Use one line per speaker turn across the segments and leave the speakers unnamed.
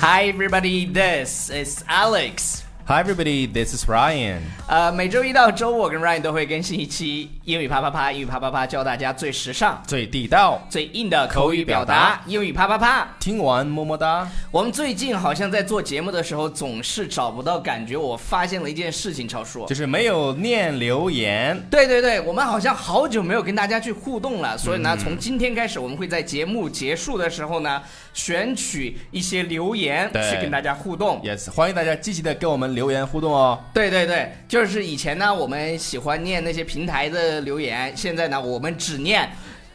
Hi everybody, this is Alex.
Hi everybody, this is Ryan。
呃，每周一到周五，我跟 Ryan 都会更新一期英语啪啪啪，英语啪啪啪，教大家最时尚、
最地道，
最硬的口语表达，英语啪啪啪。
听完么么哒。
我们最近好像在做节目的时候，总是找不到感觉。我发现了一件事情，超叔，
就是没有念留言。
对对对，我们好像好久没有跟大家去互动
嗯
了，所以呢，从今天开始，我们会在节目结束的时候呢，选取一些留言
对
去跟大家互动。
Yes，欢迎大家积极的跟我们留言互动哦。
对对对，就是以前呢，我们喜欢念那些平台的留言，现在呢，我们只念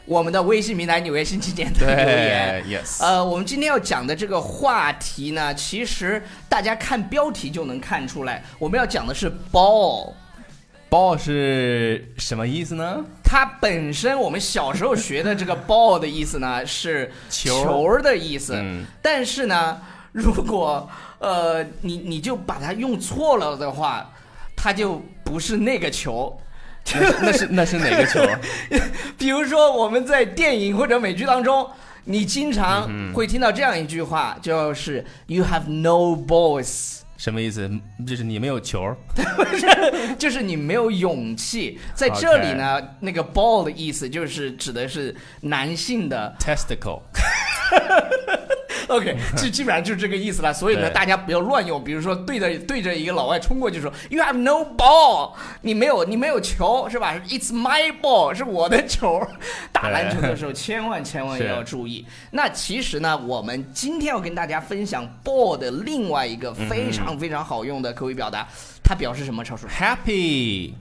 我们的微信平台《纽约新青年》的留言。
，Yes，
呃，我们今天要讲的这个话题呢，其实大家看标题就能看出来，我们要讲的是 ball。
ball 是什么意思呢？
它本身我们小时候学的这个 ball 的意思呢是
球
球的意思，
嗯
但是呢，如果呃你你就把它用错了的话，它就不是那个球。
那是那是哪个球？
比如说我们在电影或者美剧当中，你经常会听到这样一句话，就是 “You have no balls”，
什么意思？就是你没有球。
就是你没有勇气。在这里呢那个 “ball” 的意思就是指的是男性的
Testicle。
OK，这基本上就是这个意思了。所以呢，
对
大家不要乱用，比如说对着对着一个老外冲过去说 “You have no ball”，你没有你没有球是吧？It's my ball，是我的球。打篮球的时候千万千万
是
要注意。那其实呢，我们今天要跟大家分享 “ball” 的另外一个非常非常好用的口语表达，它表示什么？超叔
Happy，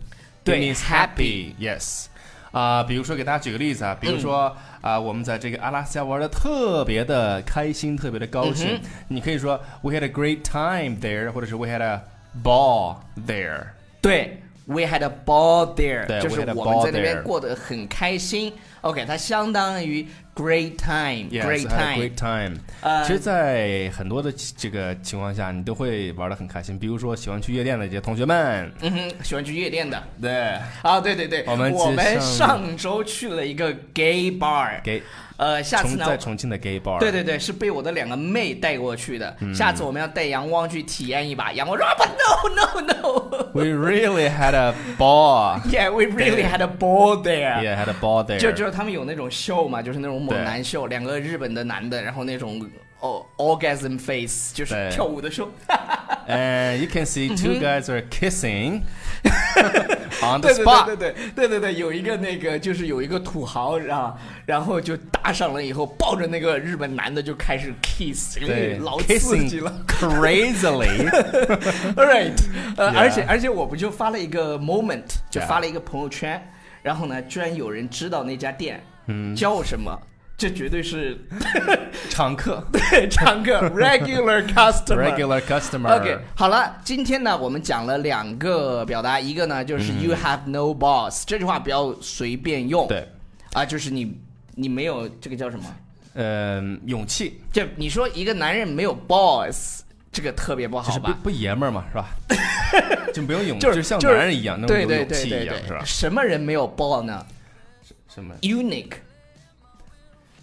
对
It means
happy
happy，yes。啊、比如说给大家举个例子啊，比如说
嗯
啊、我们在这个阿拉斯加玩的特别的开心，特别的高
嗯
兴，你可以说 We had a great time there，或者是 We had a ball there。
对，We had a ball there，
对
就是
we had a
我们在那
ball
边
there
过得很开心。OK，它相当于 great
Yes,
time，great
I had a
time。
great time。
呃
其实，在很多的这个情况下，你都会玩的很开心。比如说，喜欢去夜店的这些同学们，
嗯哼， 喜欢去夜店的
对，
啊，对对对，
我们
我们
上
上周去了一个 gay bar，
给
呃，下次
重
呢
在，重庆的 gay bar。
对对对，是被我的两个妹带过去的，
嗯
下次我们要带阳光去体验一把，阳光说啊不，no no no，yeah
，We really had a ball。
we really had a ball there，
Yeah, had a ball there。
就就是他们有那种秀嘛，就是那种猛男秀，两个日本的男的，然后那种哦 orgasm face，就是
对
跳舞的时候，
And you can see two guys are kissing on
Mm-hmm. 对
the
对
spot.
对对对对对对，有一个那个就是有一个土豪啊，然后就搭上了以后，抱着那个日本男的就开始 kiss，哎
对
老刺激
，kissing
了。
crazily.
All right，呃
Yeah
而且而且我不就发了一个 moment，就发了一个朋友圈然后呢，居然有人知道那家店、
嗯
叫什么。这绝对是
常客
对常 客 regular customer。
，regular customer.
OK，好了，今天呢，我们讲了两个表达，一个呢就是 “you have no boss”、这句话不要随便用。
嗯对，
啊，就是你你没有这个叫什么？
嗯，勇气
就你说一个男人没有 boss，这个特别不
就是
好
不
吧？
不爷们儿嘛，是吧？就没有勇，
就是
是像
就是
男人一样，那种
对
有
对
勇
对
气一
对
样，是吧
对，？什么人没有 boss 呢
什么？
？Unique，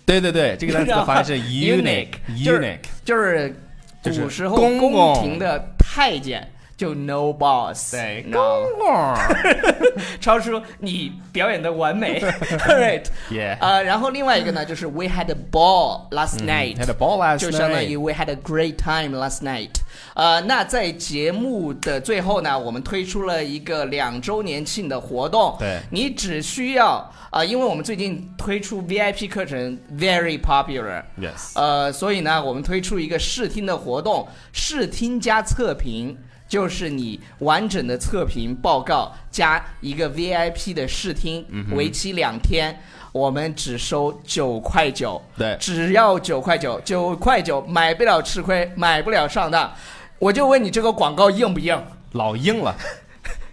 对对对，这个单词的发音是
Eunuch，就是
unique，unique。
就是
就是
古时候
公公
宫廷的太监。就 no boss，
对，
你知道吗
公公。
超叔，你表演的完 美，all right，
Yeah. Mm，
呃，然后另外一个呢，就是 we had a ball last night，、
Had a ball last night.
就相当于 we had a great time last night。呃，那在节目的最后呢，我们推出了一个两周年庆的活动。
对
你只需要啊、呃因为我们最近推出 VIP 课程 very popular，
Yes.
呃，所以呢，我们推出一个试听的活动，试听加测评。就是你完整的测评报告加一个 VIP 的试听，
嗯
为期两天，我们只收九块九，
对
只要九块九，九块九买不了吃亏，买不了上当。我就问你这个广告硬不硬，
老 硬了，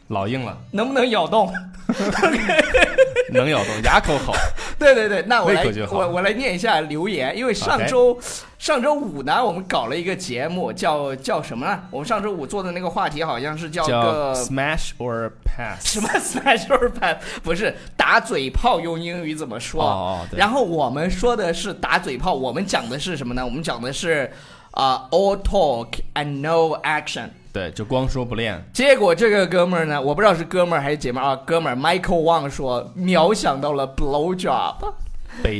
老硬了，
能不能咬动？
能咬动，牙口好。
对对对，那我来
胃口就好
我我来念一下留言，因为上周上周五呢，我们搞了一个节目，叫叫什么呢？我们上周五做的那个话题好像是叫
叫
个
smash or pass。
什么 special 版，不是打嘴炮用英语怎么说？
哦哦对
然后我们说的是打嘴炮，我们讲的是什么呢？我们讲的是。啊、a l l talk and no action。
对，就光说不练。
结果这个哥们儿呢，我不知道是哥们儿还是姐们儿啊，哥们儿 Michael Wang 说，秒想到了 blow job。
北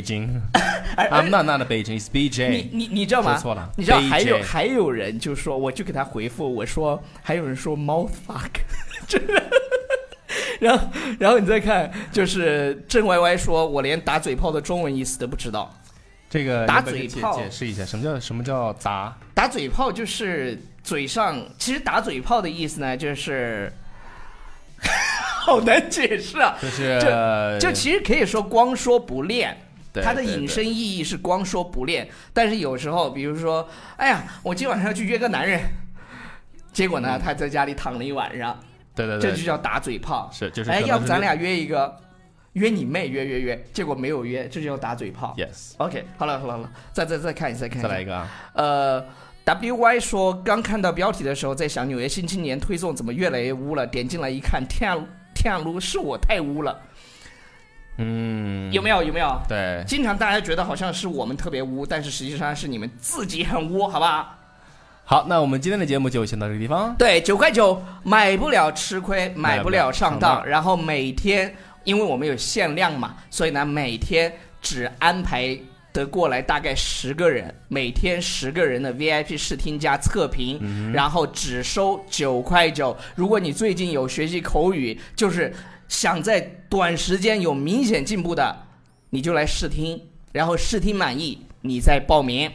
京
哎
，I'm not not 北京，is
你
BJ。
你你知道吗？
哎说错了
你知道
BJ
还有还有人就说，我就给他回复我说，还有人说 mouth fuck，真的。然后然后你再看，就是郑歪歪说，我连打嘴炮的中文意思都不知道。
这个
打
你可
嘴
以解
炮
解释一下，什么叫什么叫砸？
打嘴炮就是嘴上，其实打嘴炮的意思呢，就是 好难解释啊。
就是
就其实可以说光说不练，
对
它的
对
引
对
申意义是光说不练。但是有时候，比如说，哎呀，我今晚上要去约个男人，结果呢，他在家里躺了一晚上，
对对
这
嗯呃对
就，叫打嘴炮。
是就是
哎，
可能
要不
是
咱俩约一个，约你妹，约约约，结果没有约，这就叫打嘴炮。
yes，
OK，好了好了好了，再再再看一下，再看一
再
下
来一个啊，
呃，WY 说刚看到标题的时候，在想《纽约新青年》推送怎么越来越污了，点进来一看，天啊天啊撸，是我太污了，
嗯，
有没有有没有？
对，
经常大家觉得好像是我们特别污，但是实际上是你们自己很污，好吧？
好，那我们今天的节目就先到这个地方。
对，九块九买不了吃亏，买不了上
买不了上
当。
当
然后每天，因为我们有限量嘛，所以呢，每天只安排得过来大概十个人，每天十个人的 VIP 试听加测评，然后只收九块九。如果你最近有学习口语，就是想在短时间有明显进步的，你就来试听，然后试听满意，你再报名。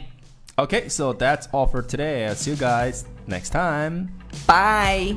Okay, so that's all for today. I'll see you guys next time.
拜。